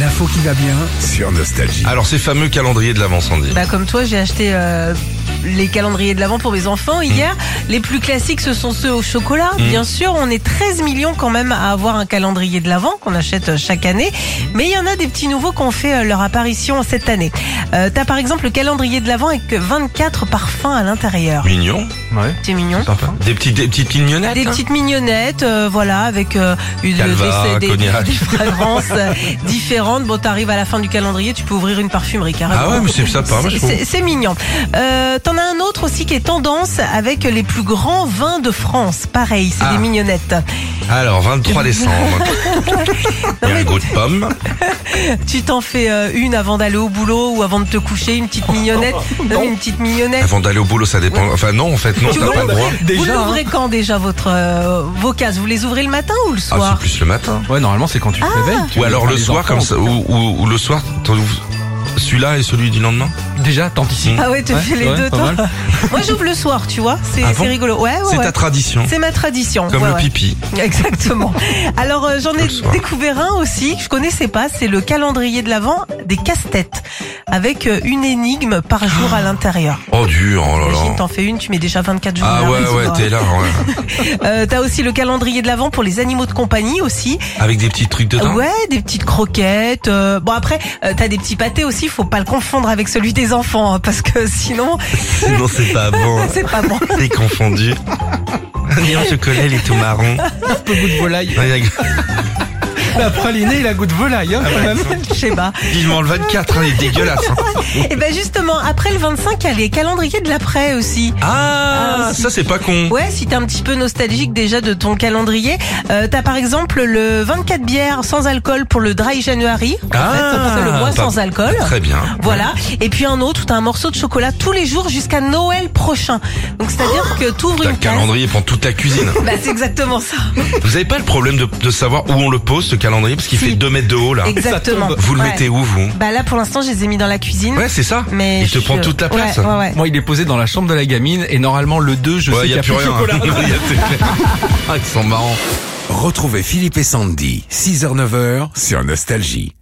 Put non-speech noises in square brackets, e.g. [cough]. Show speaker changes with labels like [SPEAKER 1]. [SPEAKER 1] L'info qui va bien sur Nostalgie.
[SPEAKER 2] Alors ces fameux calendriers de l'avant Sandy.
[SPEAKER 3] Bah comme toi, j'ai acheté euh, les calendriers de l'avant pour mes enfants hier. Les plus classiques, ce sont ceux au chocolat. Bien sûr, on est 13 millions quand même à avoir un calendrier de l'avant qu'on achète euh, chaque année. Mais il y en a des petits nouveaux qui ont fait euh, leur apparition cette année. Euh, T'as par exemple le calendrier de l'avant avec 24 parfums à l'intérieur.
[SPEAKER 2] Mignon.
[SPEAKER 3] C'est mignon.
[SPEAKER 2] Des petites des petites mignonnettes.
[SPEAKER 3] Des
[SPEAKER 2] hein.
[SPEAKER 3] petites mignonnettes, euh, voilà, avec euh, une,
[SPEAKER 2] Calva,
[SPEAKER 3] des,
[SPEAKER 2] cognac.
[SPEAKER 3] des [laughs] fragrances euh, différentes. Bon, t'arrives à la fin du calendrier, tu peux ouvrir une parfumerie carrément.
[SPEAKER 2] Ah ouais, mais c'est sympa, moi je trouve.
[SPEAKER 3] C'est c'est mignon. Euh, T'en as un autre aussi qui est tendance avec les plus grands vins de France. Pareil, c'est
[SPEAKER 2] Ah.
[SPEAKER 3] des mignonnettes.
[SPEAKER 2] Alors 23 décembre.
[SPEAKER 3] [laughs]
[SPEAKER 2] Il y a un goût de pomme.
[SPEAKER 3] Tu t'en fais euh, une avant d'aller au boulot ou avant de te coucher, une
[SPEAKER 2] [laughs]
[SPEAKER 3] petite mignonnette. Non, une petite mignonnette.
[SPEAKER 2] Avant d'aller au boulot, ça dépend. Enfin non, en fait non,
[SPEAKER 3] Tu
[SPEAKER 2] t'as Ah, pas le droit.
[SPEAKER 3] vous
[SPEAKER 1] Déjà,
[SPEAKER 3] l'ouvrez quand déjà votre euh, vos cases Vous les ouvrez le matin ou le
[SPEAKER 2] Ah c'est
[SPEAKER 3] soir
[SPEAKER 2] plus le matin.
[SPEAKER 1] Ouais, normalement, c'est quand tu te réveilles. tu
[SPEAKER 2] Ou alors le
[SPEAKER 1] les
[SPEAKER 2] soir
[SPEAKER 1] enfants.
[SPEAKER 2] comme ça, ou, ou- ou le soir. t'ouvres Celui-là et celui du lendemain.
[SPEAKER 1] Déjà, t'anticipes.
[SPEAKER 3] Ah ouais, tu
[SPEAKER 1] Ouais,
[SPEAKER 3] fais les
[SPEAKER 1] ouais,
[SPEAKER 3] deux
[SPEAKER 1] pas
[SPEAKER 3] toi.
[SPEAKER 1] mal.
[SPEAKER 3] [laughs] Moi j'ouvre le soir, tu vois, c'est
[SPEAKER 2] Ah
[SPEAKER 3] c'est
[SPEAKER 2] bon
[SPEAKER 3] rigolo. Ouais, ouais,
[SPEAKER 2] C'est
[SPEAKER 3] ouais.
[SPEAKER 2] ta tradition.
[SPEAKER 3] C'est ma tradition.
[SPEAKER 2] Comme
[SPEAKER 3] Ouais,
[SPEAKER 2] le
[SPEAKER 3] ouais.
[SPEAKER 2] pipi.
[SPEAKER 3] [laughs] Exactement. Alors euh, j'en ai
[SPEAKER 2] Le soir.
[SPEAKER 3] découvert un aussi que je connaissais pas, c'est le calendrier de l'avant des casse-têtes avec euh, une énigme par jour à l'intérieur.
[SPEAKER 2] Oh dur, oh là
[SPEAKER 3] Imagine,
[SPEAKER 2] là.
[SPEAKER 3] t'en fais une, tu mets déjà 24 jours.
[SPEAKER 2] Ah
[SPEAKER 3] à la
[SPEAKER 2] ouais
[SPEAKER 3] maison,
[SPEAKER 2] ouais,
[SPEAKER 3] quoi.
[SPEAKER 2] t'es là. ouais.
[SPEAKER 3] Euh, T'as aussi le calendrier de l'avant pour les animaux de compagnie aussi.
[SPEAKER 2] Avec des petits trucs dedans.
[SPEAKER 3] Ouais, des petites croquettes. euh, Bon après, euh, t'as des petits pâtés aussi. Faut pas le confondre avec celui des enfants hein, parce que sinon,
[SPEAKER 2] [laughs] Non c'est pas bon.
[SPEAKER 3] [laughs] c'est pas bon.
[SPEAKER 2] C'est
[SPEAKER 3] [laughs]
[SPEAKER 2] confondu. Ni en chocolat, il est tout marron.
[SPEAKER 1] Un peu goût de [laughs] volaille.
[SPEAKER 2] Ouais, il y a-
[SPEAKER 1] La pralinée, Bah, il a goût de volaille, hein, quand même.
[SPEAKER 3] [laughs] Je sais pas.
[SPEAKER 2] Vivement le 24, hein, il est dégueulasse. hein.
[SPEAKER 3] Et ben justement, après le 25, il y a les calendriers de l'après aussi.
[SPEAKER 2] Ah,
[SPEAKER 3] Ah,
[SPEAKER 2] ça c'est pas con.
[SPEAKER 3] Ouais, si t'es un petit peu nostalgique déjà de ton calendrier, euh, t'as par exemple le 24 bières sans alcool pour le Dry January. En
[SPEAKER 2] Ah,
[SPEAKER 3] fait, c'est le mois
[SPEAKER 2] pas-
[SPEAKER 3] sans alcool.
[SPEAKER 2] Très bien.
[SPEAKER 3] Voilà. Et puis un autre où t'as un morceau de chocolat tous les jours jusqu'à Noël prochain. Donc c'est-à-dire que t'ouvres
[SPEAKER 2] T'as
[SPEAKER 3] une
[SPEAKER 2] le
[SPEAKER 3] case.
[SPEAKER 2] calendrier Ah, prend toute la cuisine.
[SPEAKER 3] Bah c'est exactement ça.
[SPEAKER 2] Vous avez pas le problème de, de savoir où on le pose ce calendrier parce qu'il
[SPEAKER 3] Si.
[SPEAKER 2] fait 2 mètres de haut là.
[SPEAKER 3] Exactement.
[SPEAKER 2] Vous le
[SPEAKER 3] Ouais.
[SPEAKER 2] mettez où vous
[SPEAKER 3] Bah là pour l'instant je les ai mis dans la cuisine.
[SPEAKER 2] Ouais, c'est ça.
[SPEAKER 3] Mais
[SPEAKER 2] il te
[SPEAKER 3] je-
[SPEAKER 2] prend toute la
[SPEAKER 3] Ouais,
[SPEAKER 2] place.
[SPEAKER 3] ouais, ouais.
[SPEAKER 1] Moi, il est posé dans la chambre de la gamine et normalement, le 2, je sais
[SPEAKER 2] [laughs] il
[SPEAKER 1] qu'il
[SPEAKER 2] y a plus
[SPEAKER 1] de
[SPEAKER 2] rien. hein.
[SPEAKER 1] chocolat.
[SPEAKER 2] Y a- c'est clair. ah, ils sont marrants.
[SPEAKER 4] Retrouvez Philippe et Sandy, 6h-9h sur Nostalgie.